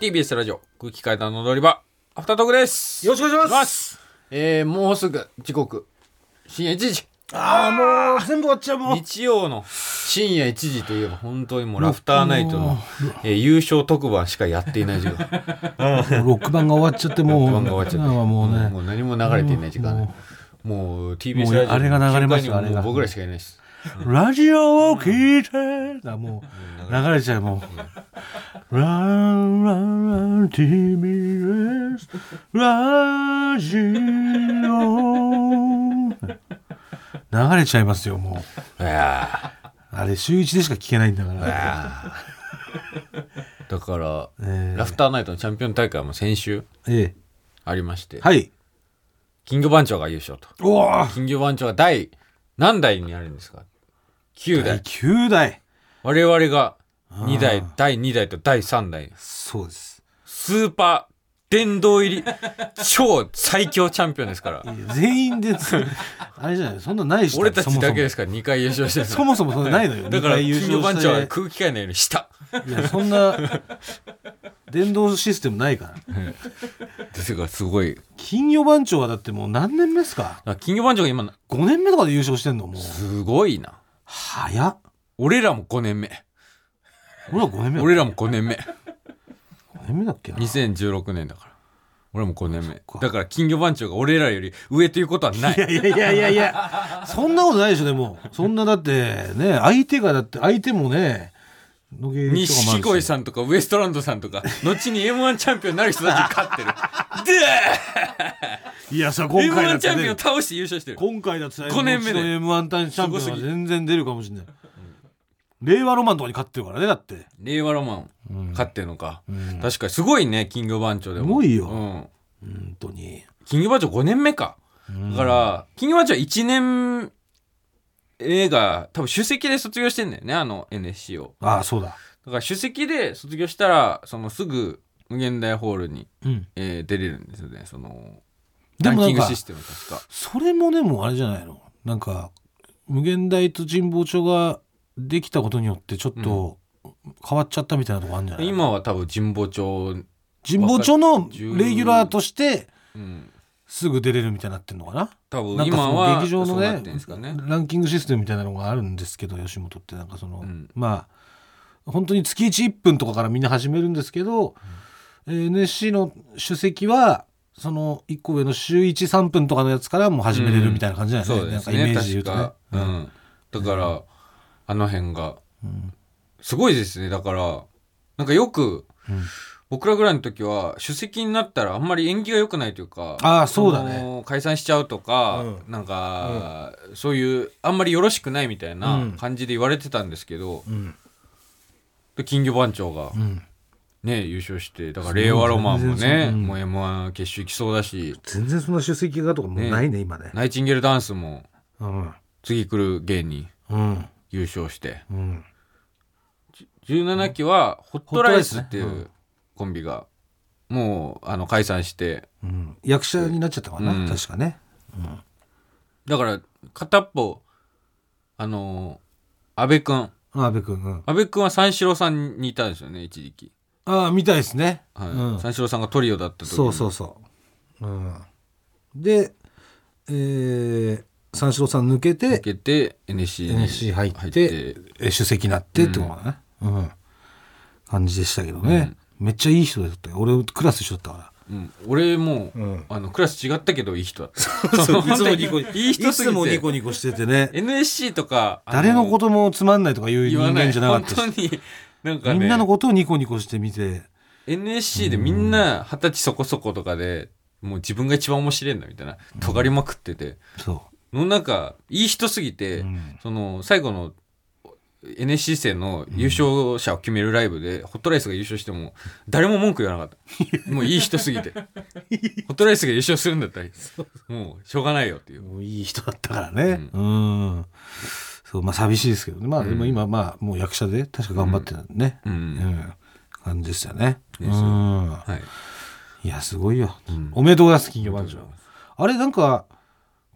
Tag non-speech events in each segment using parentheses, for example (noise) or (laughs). TBS ラジオ空気階段の踊り場アフタートークですよろしくお願いしますすえー、もうすぐ時刻深夜1時ああもう全部終わっちゃうもう日曜の深夜1時といえば本当にもうラフターナイトの、えー優勝特番しかやっていない時間ロック版が終わっちゃってもう番が終わっちゃって今はもうねもう何も流れていない時間ねもう TBS もうラジオあれが流れますよの瞬間にもあれがう僕らしかいないですラジオを聞いてだもう流れちゃうもうランランラン TBS ラジオ流れちゃいますよもういやあれ週一でしか聞けないんだかーいらやーだから、えラフターナイトのチャンピオン大会も先週ええありまして、はい金魚番長が優勝とおお金魚番長が第何代になるんですか9代9代我々が2代あー第2代と第3代そうですスーパー殿堂 (laughs) 入り超最強チャンピオンですからいや全員です (laughs) あれじゃないそんなないし俺たちだけですすから2回優勝してる (laughs) そもそもそんなないのよだから二回優金魚番勝して長は空気階段より下いやそんな電動システムないからですがすごい金魚番長はだってもう何年目ですかあ金魚番長が今5年目とかで優勝してんのもうすごいな早っ俺らも5年目俺は5年目だ俺らも5年目5年目だっけない2016年だから俺も5年目かだから金魚番長が俺らより上ということはないやいやいやいやいやそんなことないでしょでもそんなだってね相手がだって相手もねのげりとかもあ錦るし鯉さんとかウエストランドさんと (laughs) か後に m 1チャンピオンになる人たちに勝ってるいやさ今で m 回だ1っチてャンピオンねを倒して優勝してる今回だって最五年目で m 1タイムチャンピオンが全然出るかもしれない令和ロマンとかに勝ってるからねだって令和ロマンうん勝ってるのか、うん確かにすごいね金魚番長でもすごいようん、本当に金魚番長5年目かだから金魚番長は1年映画多分首席で卒業してんだよねあの NSC をああそうだだから首席で卒業したらそのすぐ無限大ホールに、うんえー出れるんですよねそのでランキもなンんグかシステム確かそれもでもあれじゃないのなんか無限大と神保町ができたことによってちょっと変わっちゃったみたいなとこあるんじゃない、今は多分神保町、神保町のレギュラーとしてうん、すぐ出れるみたいになってんのかな多分なんか今そはの劇場のそうなねってんですかねランキングシステムみたいなのがあるんですけど吉本ってなんかその、うんまあ本当に月11分とかからみんな始めるんですけど、えー NSC の主席はその1個上の週13分とかのやつからもう始めれるみたいな感じじゃないそうでなんすかイメねージで言う確とねか、うん、だから、あの辺がすごいですねだからなんかよく、うん僕らぐらいの時は首席になったらあんまり縁起が良くないというかあーそうだねの解散しちゃうとか、なんか、そういうあんまりよろしくないみたいうなん感じで言われてたんですけど、うんで金魚番長がうんね優勝してだから令和ロマンも全然ね、そううんもう m 1決勝行きそうだし全然そんな主席がとかもうないね今ねナイチンゲールダンスもうん次来る芸人うん優勝してうん17期はホットライスっていホットライスうコンビがもうあの解散してうん役者になっちゃったかな、うん確かねだから片っぽあのー、安倍くんあ阿部君、うん、安倍くんは三四郎さんにいたんですよね一時期、ああみたいですね、はいうん、三四郎さんがトリオだった時にそうそうそう。うん、で、えー三四郎さん抜け抜て、けて NSC に NSC 入って、え主席になってってことだね。うん。感じでしたけどね。めっちゃいい人だったよ。俺、クラス一緒だったかうん、俺もう、うんあのクラス違ったけどいい人だったら。その (laughs) 本当にいい人いすつぎもてニコニコしててね。 NSC とかあの誰のこともつまんないとかいう人言わな間いじゃなかっ本たし。当になんか、ね、みんなのことをニコニコして見て。 NSC でみんな二十歳そこそことかでもう自分が一番面白いんだみたいな尖りまくってて、その中いい人すぎて、う。うんその最後の NSC 生の優勝者を決めるライブで、ホットライスが優勝しても誰も文句言わなかったもういい人すぎてホットライスが優勝するんだったらもうしょうがないよっていうもういい人だったからね。うん。そう、まあ寂しいですけどね。まあでも今、まあもう役者で確か頑張ってるね。うん、うん、感じでしたよね。うねん。はいいや、すごいよ。んおめでとうございます、金魚番おめでとう長ござい。あれ、なんか、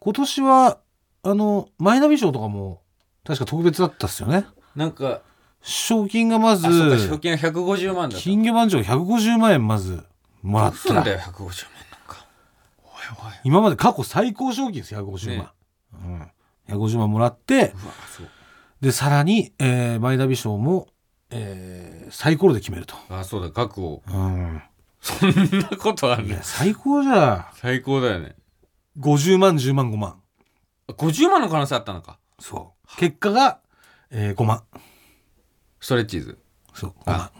今年は、あの、マイナビ賞とかも、確か特別だったっすよね。なんか賞金がまずあ、そっか、賞金は150万だった。金魚番長150万円まずもらっそうなたんだよ、150万なんか。おいおい。今まで過去最高賞金です150万、うん、150万もらってうわ、そう。でさらに、えー、マイナビ賞も、えー、サイコロで決めると、あ、そうだ、額を。うん、 (laughs) そんなことあるいねや。最高じゃ最高だよね。ん50万10万5万50万の可能性あったのか。そう結果が、えー、5万ストレッチーズ。そう5万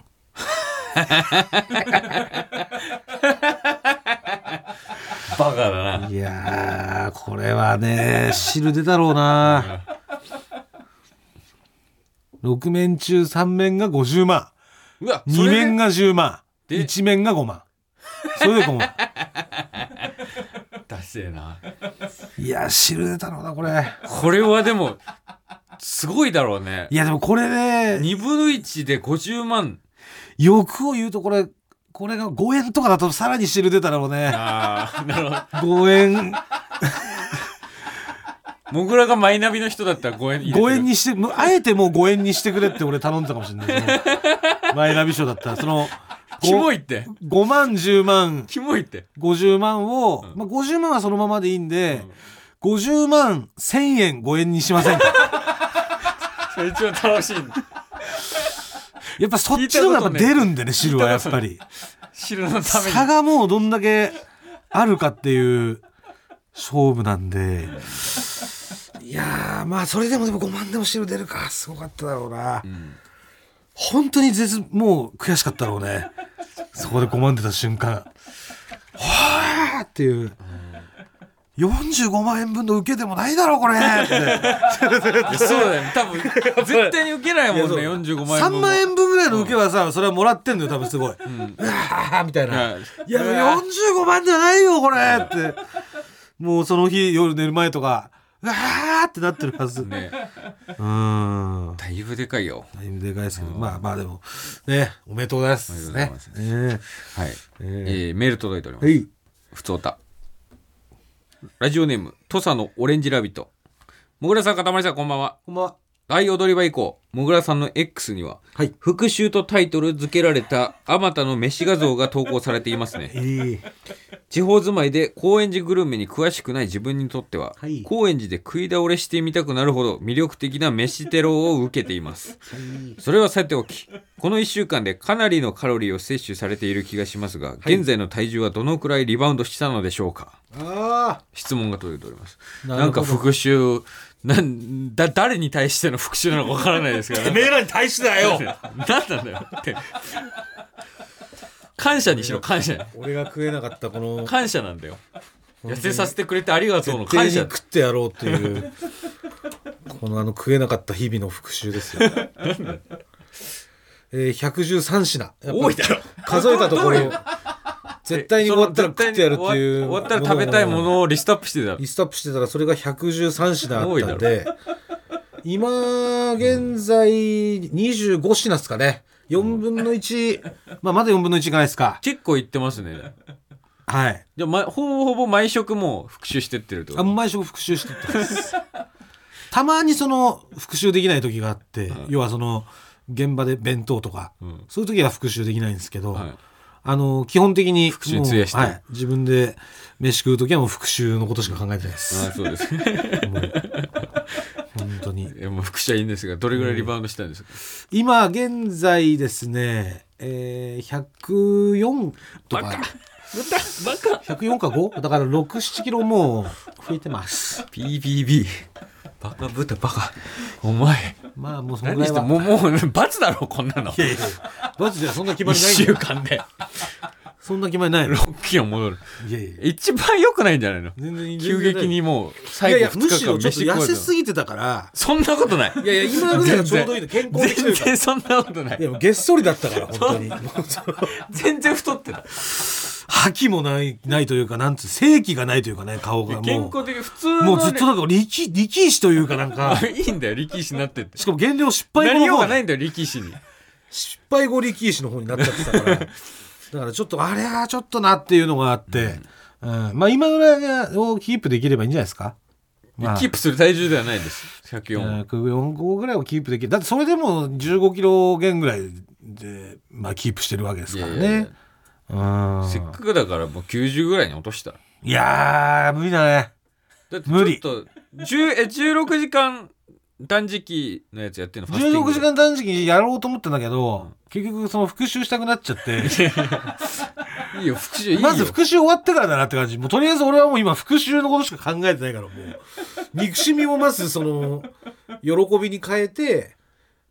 バカだな。いやーこれはね汁出たろ (laughs) うな6面中3面が50万うわ、そ2れ面が10万で1面が5万それで5万 (laughs) ダセえな。いや汁出たろうなこれこれはでも、すごいだろうねい。やでもこれね2分の1で50万。欲を言うとこれこれが5円とかだとさらに汁出たろうねああ、なるほど。 5円もぐらがマイナビの人だったら5円入れてる5円。にしてむあえてもう5円にしてくれって俺頼んでたかもしれない (laughs) そのマイナビ賞だったらそのキモいいって。 5万10万キモいって。 50万を、うんまあ、50万はそのままでいいんで、50万1000円5円にしませんか (laughs) それ一番楽しい。やっぱそっちの方がやっぱ出るんでね汁はやっぱり汁のために。差がもうどんだけあるかっていう勝負なんでいやーまあそれでもでも5万でも汁出るかすごかっただろうな、ん本当に絶もう悔しかったろうねそこで5万出た瞬間はあっていう。45万円分の受けでもないだろう (laughs) これっいてやそうだよね。多分、絶対に受けないもんね、45万円3分も。万円分ぐらいの受けはさそれはもらってんのよ多分すごい、うわーみたいな、いや、四45万じゃないよ、これって。もうその日、夜寝る前とか、うわーってなってるはず。ねうーん。だいぶでかいよ。だいぶでかいですけど、まあまあでも、ね、おめでとうございまおす。めでとねうござい。えはい。えええーメール届いておりえます。はい。ふつおた。ラジオネーム、土佐のオレンジラビット。もぐらさん、かたまりさん、こんばんは。こんばんは。大踊り場以降、もぐらさんの X には、はい。復讐とタイトル付けられた、あまたの飯画像が投稿されていますね。ええ地方住まいで高円寺グルメに詳しくない自分にとっては、はい高円寺で食い倒れしてみたくなるほど魅力的な飯テロを受けてい (laughs) ますそれはさておきこの1週間でかなりのカロリーを摂取されている気がしますが、現在の体重はどのくらいリバウンドしたのでしょうかあ質問が届いておりますななるほんどか復讐なんだ誰に対しての復讐なのかわからない (laughs) ですけどあ。めえらに対してだよ (laughs) 何なんだよって感謝にしろ感謝に俺が食えなかったこの、感謝なんだよ痩せさせてくれてありがとうの感に謝食ってやろうっていう、 (laughs) このあの食えなかった日々の復讐ですよ。えー、113品。多いだろ数えたと (laughs) ころ絶対に終わったら食ってやるっていう終わったら食べたいものをリストアップしてたリストアップしてたらそれが113品あ多いっただんで今現在25品ですかね4分の1、まあ、まだ4分の1がないですか結構いってますねはいじゃあ、ま、ほぼほぼ毎食もう復習してってるってこあんとまり復習してたんですたまにその復習できない時があって、要はその現場で弁当とか、んそういう時は復習できないんですけど、はいあの基本的に復習に費やしてはい、自分で飯食う時はもう復習のことしか考えてないであすそうです (laughs) もう本当にいやもう復習はいいんですがどれぐらいリバウンドしたんですか、今現在ですね、えー、104とかバカ104か 5? だから67キロもう増えてます。 BBB バカ豚バカお前まあもうそのぐ何らいしては。もうもう罰だろこんなの1 (laughs) マジでそんな決まりないんだ週よ間でそんな決まりないの。 6キロ戻るいやいや。一番良くないんじゃないの全然急激。にもういやい最後や、 2む日し間ろちょっ飯と食わ痩ずせすぎてたから、そんなことないいやいや、今ぐらいがちょうどいいの。健康的と全いうか。然そんなことないいや、もうげっそりだったから、本当に。もうその全然太ってない吐きもない、ないというか、なんつう、正気がないというかね、顔が健も康的普通のう。ねもうずっとなんか力、力士というかなんか、いいんだよ力士になってってしかも減量失敗な後りのよう方がにないんだよ力士に失敗後力士の方になっちゃってたからだからちょっとあれはちょっとなっていうのがあって、うんまあ今ぐらいをキープできればいいんじゃないですかまあキープする体重ではないです104は、 104号ぐらいをキープできるだってそれでも15キロ減ぐらいで、まあ、キープしてるわけですからいやいやいねうんせっかくだからもう90ぐらいに落としたらいやー無理だねだって無理ちょっと10え16時間断食のやつやってんのファスティング16時間断食やろうと思ったんだけど結局その復習したくなっちゃっていいよ復習いいよまず復習終わってからだなって感じ。もうとりあえず俺はもう今復習のことしか考えてないから、もう。憎しみもまずその、喜びに変えて、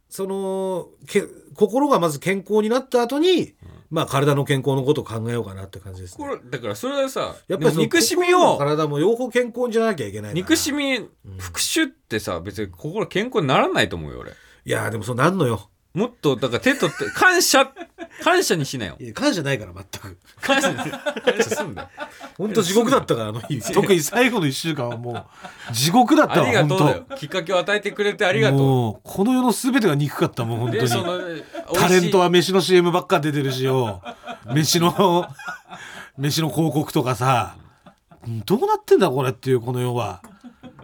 その、け心がまず健康になった後に、まあ体の健康のことを考えようかなって感じですね、これだからそれはさやっぱりその憎しみ心もを体も両方健康じゃなきゃいけないから憎しみん復讐ってさ別に心健康にならないと思うよ俺いやーでもそうなんのよもっとだから手取って感謝 (laughs) 感謝にしなよいや感謝ないから全く感謝感謝すんだよ本当地獄だったからあの (laughs) 日特に最後の1週間はもう地獄だっあたわりがとうだよ本きっかけを与えてくれてあ当りがともうこの世の全てが憎かったもうう本当でにその美味しいタレントは飯の CM ばっか出てるしよ。飯 (laughs) の、飯の広告とかさ。どうなってんだこれっていうこの世は。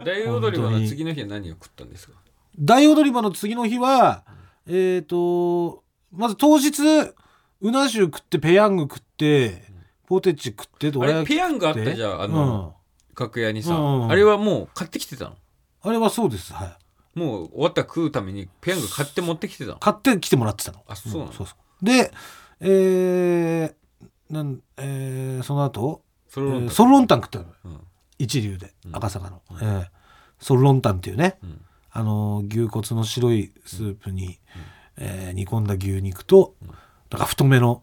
大踊り場本当のに次の日は何を食ったんですか大踊り場の次の日は、えっ、と、まず当日、うな重食って、ペヤング食って、ポテチ食って、どあれらペ焼きヤングあっ食ってたじゃんあの、楽屋にさ、うんあれはもう買ってきてたのうんあれはそうです。はい。もう終わったら食うためにペヤング買って持ってきてたの買ってきてもらってたの。あそうなのんそうそうで、えー、なん、えーその後、それを飲んえーだソロンタン食ったの。うん一流でうん赤坂の、ええソルロンタンっていうね、うんあのー牛骨の白いスープに、えー煮込んだ牛肉と、だから太めの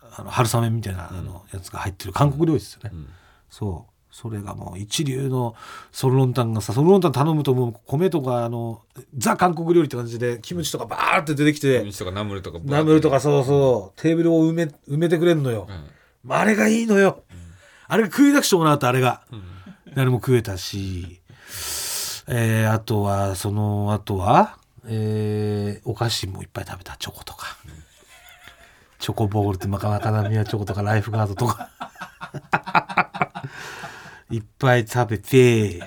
あの春雨みたいな、あのやつが入ってる韓国料理ですよね、うんそうそれがもう一流のソルロンタンがさソルロンタン頼むともう米とかあのザ韓国料理って感じでキムチとかバーって出てきて、ミチとかナムルとかナムルとかそうそうテーブルを埋め埋めてくれんのよ、うんまああれがいいのよ、あれが食いなくしてもらうとあれが。うん誰も食えたし、えーあとはそのあとは、えーお菓子もいっぱい食べたチョコとか、チョコボールってマカマカダミアチョコとかライフガードとかいっぱい食べて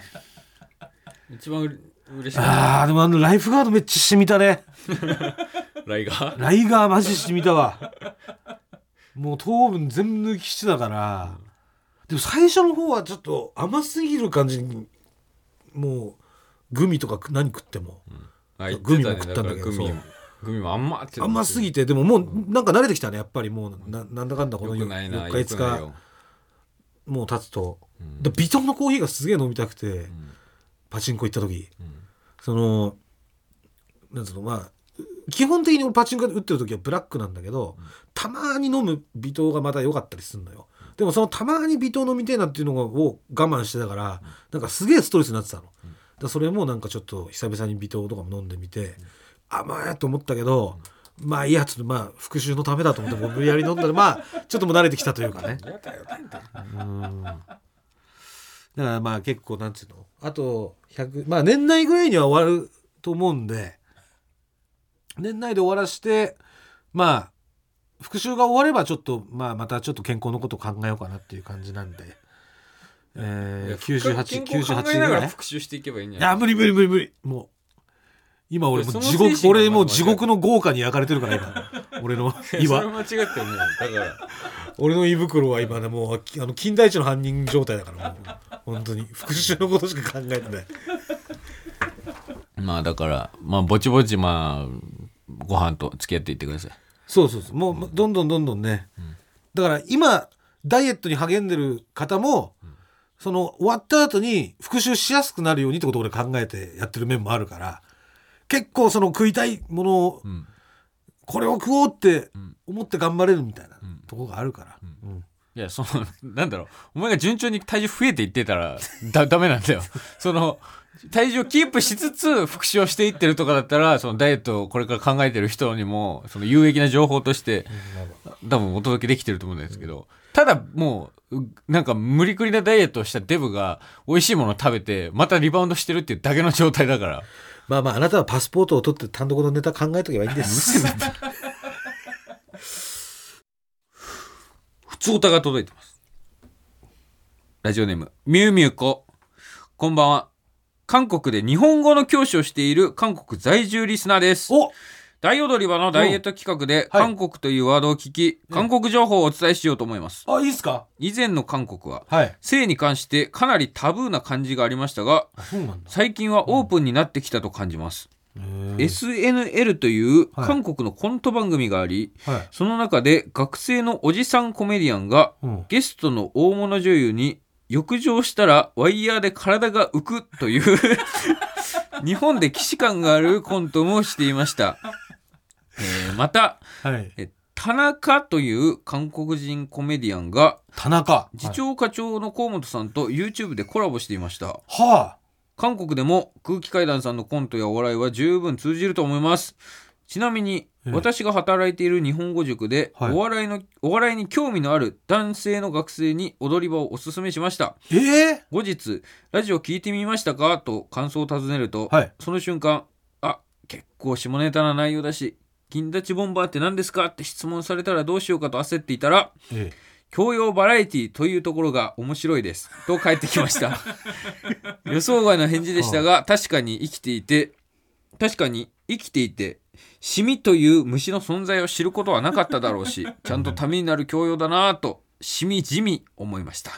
一番う嬉しいのはあーでもあのライフガードめっちゃ染みたねライガーライガーマジ染みたわもう糖分全部抜きしてたからでも最初の方はちょっと甘すぎる感じにもうグミとか何食ってもあ言ってグミたもね食ったんだけかどらグミもそグミもあんまってなって甘すぎてでももうなんか慣れてきたねやっぱりもうななんだかんだこよのくないな4よ日くない5日よもう経つとうんで微糖のコーヒーがすげえ飲みたくてうんパチンコ行った時うんそのなんつうのまあ基本的に俺パチンコで打ってる時はブラックなんだけどたまに飲む微糖がまた良かったりするのよでもそのたまに微糖飲みてえなっていうのを我慢してたからなんかすげえストレスになってたのだからそれもなんかちょっと久々に微糖とかも飲んでみて甘えと思ったけどまあいいやちょっとまあ復讐のためだと思ってもう無理やり飲んだらまあちょっともう慣れてきたというかねやだよなんだうんだからまあ結構なんつうのあと100まあ年内ぐらいには終わると思うんで年内で終わらしてまあ復習が終わればちょっとまあまたちょっと健康のことを考えようかなっていう感じなんで、いえやー、9898健康を考えなぐがららい復習していけばいいんじいゃないや無理無理無理無理もう今俺もういやそ地の精獄神が俺もうまだ地獄の豪華に焼かれてるから今俺いのやそれ今間違ってもうだから俺の胃袋は今ねもうああの金田一の犯人状態だからもう本当に復讐のことしか考えてないまあだからまあぼちぼちまあご飯と付き合っていってくださいそうそうそうもうどんどんどんどんね、だから今ダイエットに励んでる方も、その終わった後に復讐しやすくなるようにってことを俺考えてやってる面もあるから結構その食いたいものを、んこれを食おうってん思って頑張れるみたいなとこがあるから、うんいや、その、 (laughs) なんだろう、お前が順調に体重増えていってたら、だ、 (laughs) ダメなんだよ。その、体重をキープしつつ、復習をしていってるとかだったら、そのダイエットをこれから考えてる人にも、その有益な情報として、多分お届けできてると思うんですけど、ただもう、うなんか無理くりなダイエットをしたデブが、美味しいものを食べて、またリバウンドしてるっていうだけの状態だから。まあまああなたはパスポートを取って単独のネタ考えとけばいいんです普通歌が届いてます。ラジオネーム、みゅうみゅうこ。こんばんは。韓国で日本語の教師をしている韓国在住リスナーです。お大踊り場のダイエット企画で、うんはい韓国というワードを聞き、韓国情報をお伝えしようと思います。 (laughs) あ、いいっすか以前の韓国は、はい。性に関してかなりタブーな感じがありましたが、そうなんだ。最近はオープンになってきたと感じます。へー SNL というはい韓国のコント番組があり、はい。その中で学生のおじさんコメディアンがうん。ゲストの大物女優に浴場したらワイヤーで体が浮くという日本で既視感があるコントもしていました、えーまたはい。え田中という韓国人コメディアンが田中。次長課長の河本さんと YouTube でコラボしていましたは韓国でも空気階段さんのコントやお笑いは十分通じると思いますちなみにええ私が働いている日本語塾ではいお笑いの、お笑いに興味のある男性の学生に踊り場をおすすめしましたあ。ええ後日「ラジオ聞いてみましたか?」と感想を尋ねると、はいその瞬間「あ結構下ネタな内容だし銀立ちボンバーって何ですか?」って質問されたらどうしようかと焦っていたらええ教養バラエティというところが面白いですと返ってきました (laughs) 予想外の返事でしたが確かに生きていて確かに生きていてシミという虫の存在を知ることはなかっただろうしちゃんとためになる教養だなぁとしみじみ思いました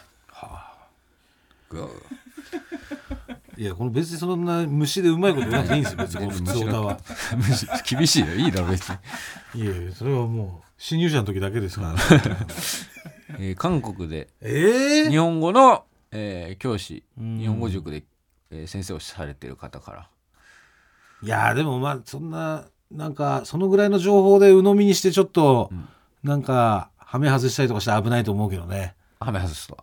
ぐーいや、この別にそんな虫でうまいこと言わなくていいんですよ、別にこの普通オタは。 (laughs) 厳しいよいいだろ別に、いやいや、それはもう、新入社の時だけですえから。ー韓国で (laughs) え日え本語の、えー教師うん日本語塾で、えー先生をされてる方からいや、でもまあ、そんな、なんか、そのぐらいの情報で鵜呑みにして、ちょっと、んなんか、はめ外したりとかして危ないと思うけどね。はめ外すと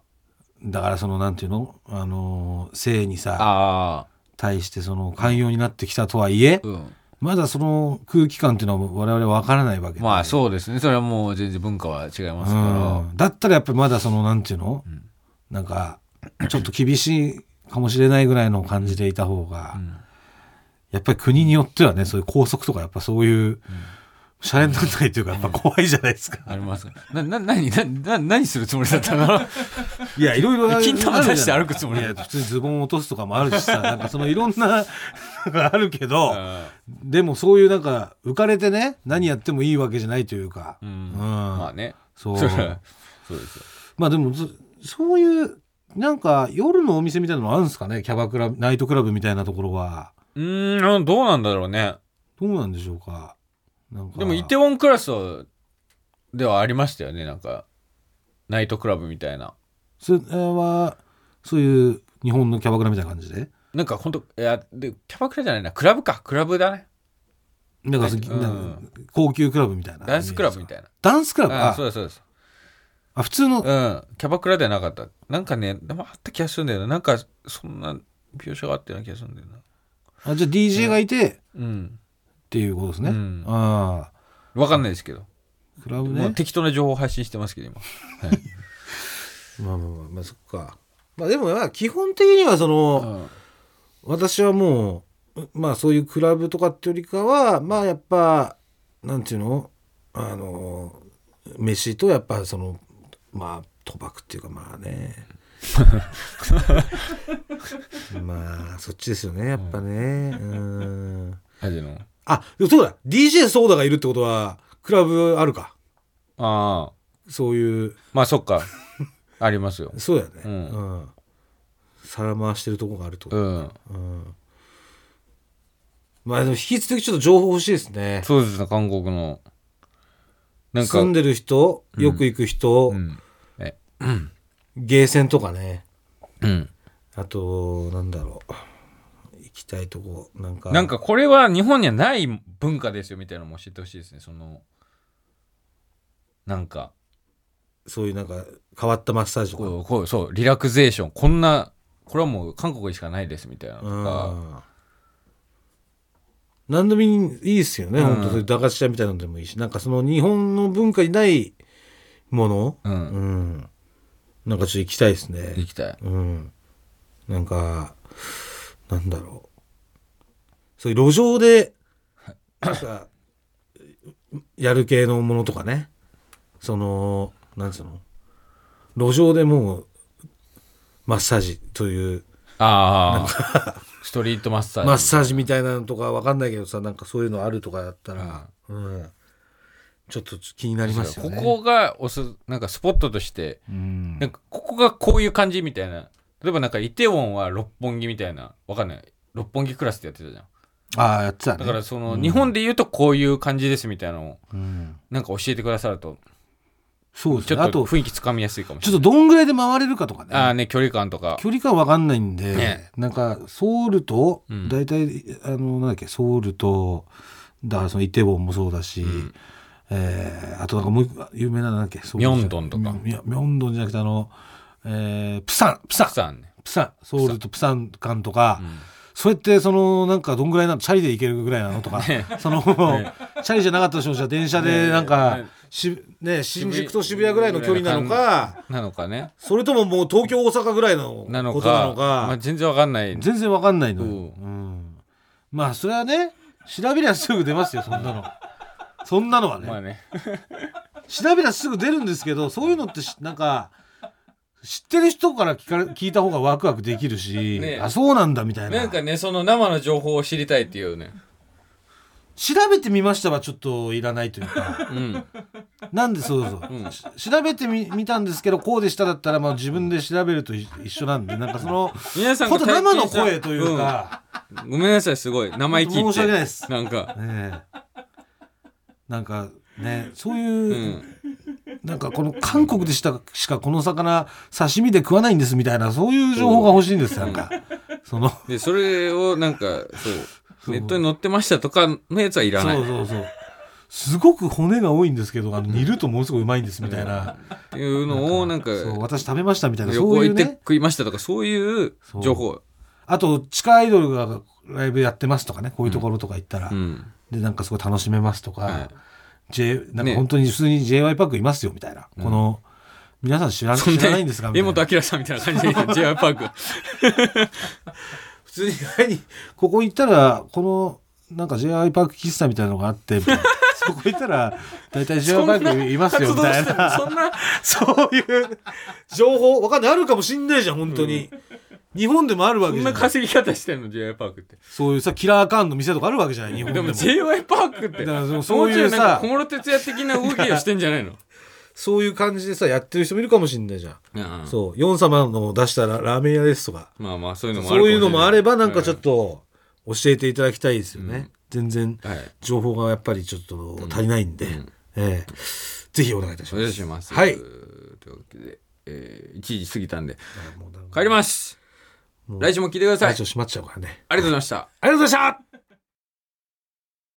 だから、その、なんていうのあのー、性にさ、ああ対して、その、寛容になってきたとはいえ、うんまだその空気感っていうのは我々わからないわけでまあそうですねそれはもう全然文化は違いますうかんだったらやっぱりまだそのなんていうの、なんかちょっと厳しいかもしれないぐらいの感じでいた方が、んやっぱり国によってはねそういう校則とかやっぱそういうシャレにならないというかやっぱ怖いじゃないですか、らありますがなな何なな何するつもりだったの (laughs) いやいろいろある金玉出して歩くつもりいや普通にズボン落とすとかもあるし (laughs) さなんかそのいろんなのがあるけど、でもそういうなんか浮かれてね何やってもいいわけじゃないというか、 (laughs) ううんんまあねそうそれはそうですよまあでもそそういうなんか夜のお店みたいなのあるんですかねキャバクラナイトクラブみたいなところはうーんどうなんだろうねどうなんでしょうかなんかでもイテウォンクラスはではありましたよねなんかナイトクラブみたいなそれはそういう日本のキャバクラみたいな感じでなんかほんといやでキャバクラじゃないなクラブかクラブだねなんかそ、はいうんなんか高級クラブみたいなダンスクラブみたいないなダンスクラブあああそうですそうですあ普通うのんキャバクラではなかったなんかねでもあった気がするんだよななんかそんな描写があったような気がするんだよなあじゃあ DJ がいて、っうんていうことですね、うんあわかんないですけど、あクラもブうね適当な情報を発信してますけど今、まあまあまあ、まあ、そっかまあでもまあ基本的にはその、私はもうまあそういうクラブとかってよりかはまあやっぱなんていうのあの飯とやっぱそのまあ賭博っていうかまあね (laughs) まあそっちですよねやっぱねうんアジのあでもそうだ DJ ソーダがいるってことはクラブあるかああそういうまあそっか (laughs) ありますよそうだよねうんうん皿回してるとこがあるってうこと、んうんまあでも引き続きちょっと情報欲しいですねそうですね韓国のなんか住んでる人よく行く人、うんえゲーセンとかねうんあとなんだろう行きたいとこなんかなんかこれは日本にはない文化ですよみたいなのも教えてほしいですねそのなんかそういうなんか変わったマッサージとかこうこうそうリラクゼーションこんなこれはもう韓国にしかないですみたいなのとうかん何でもいいいいっすよね、うん本当そういう駄菓子屋みたいなのでもいいしなんかその日本の文化にないものううんんなんかちょっと行きたいですね行きたいうんなんかなんだろうそういう路上でなんかやる系のものとかねそのなんつうの路上でもうマッサージというああストリートマッサージマッサージみたいなのとかわかんないけどさなんかそういうのあるとかだったら、うんちょっと気になりますよこね。こがおすなんかスポットとしてうんなんかここがこういう感じみたいな例えばなんかイテウォンは六本木みたいなわかんない六本木クラスってやってたじゃんああやってたね。だからその、うん日本で言うとこういう感じですみたいなのをうんなんか教えてくださるとそうですちね。ょあっとと雰囲気つかみやすいかもしちょれっなといどんぐらいで回れるかとかね。ああね距離感とか距離感わかんないんで、ねなんかソウルとうん大体、あのなんだっけソウルとだからそのイテウォンもそうだし、んえーあとなんかもう一個有名なのなんだっけソウルミョンドンとかいやミョンドンじゃなくてあの、えープサンプサンプサンね、プサンソウルとプサン間とか、うんそうやってそのなんかどんぐらいなのチャリで行けるぐらいなのとか、その、チャリじゃなかったとしてもじゃあ電車でなんか、ねしね、新宿と渋谷ぐらいの距離なのか。なのか (laughs) ねそれとももう東京大阪ぐらいのことななののかかまあ、全然わかんない全然わかんないのよ、ううんんまあそれはね調べりゃすぐ出ますよそんな (laughs) のそんなのはね、まあね調べりゃすぐ出るんですけどそういうのってしなんか知ってる人から聞かれ聞いた方がワクワクできるし、ねえあそうなんだみたいななんかねその生の情報を知りたいっていうね調べてみましたはちょっといらないというか (laughs) うんなんでそうそう、し調べてみ見たんですけどこうでしただったらまあ自分で調べるとい一緒なんで (laughs) なんかその皆さんほがんと体生の験した声というか、うんごめんなさいすごい生意気って申し訳ないですなんかねえなんかねそういうう、んなんかこの韓国でしたしかこの魚刺身で食わないんですみたいなそういう情報が欲しいんですなんかそのでそれをなんかそうネットに載ってましたとかのやつはいらないそうそうそうすごく骨が多いんですけどあの煮るとものすごいうまいんですみたいなっていうのをなんかそう私食べましたみたいな旅そ行うい行うってね食いましたとかそういう情報あと地下アイドルがライブやってますとかねこういうところとか行ったら、うんでなんかすごい楽しめますとか、はい J、なんねか本当に普通に j y パックいますよみたいな、この皆さん知ら知らないんですかみた江いな本明さんみたいな感 (laughs) じで J.R. パーク普通に何ここ行ったらこのなんか j i パーク喫茶みたいなのがあって (laughs) みたいなそこ行ったら大体 j i パークいますよみたい活動してるなそんなそういう情報わかんないあるかもしんないじゃん本当に、日本でもあるわそけんじゃなん稼ぎ方してんの J.R. パークってそういうさキラーカーンの店とかあるわけじゃない日本ででもも J.Y. パークってだからそものうちょそういいなうんかさ小室哲哉的な動きをしてんじゃないのそういう感じでさやってる人もいるかもしんないじゃん、うん (laughs) そうヨン様の出したララーメン屋ですとかまあまあそういうのもあるそういうのもあればなんかちょっとと教えていただきたいですよね、全然はい情報がやっぱりちょっと足りないんで、ええぜひお願いいたしおます願いしますはいというわけでえー1時過ぎたんでもうなんか帰ります来週も聞いてくださいあラジオ閉まっちゃうからねりがとうございましたありがとうございました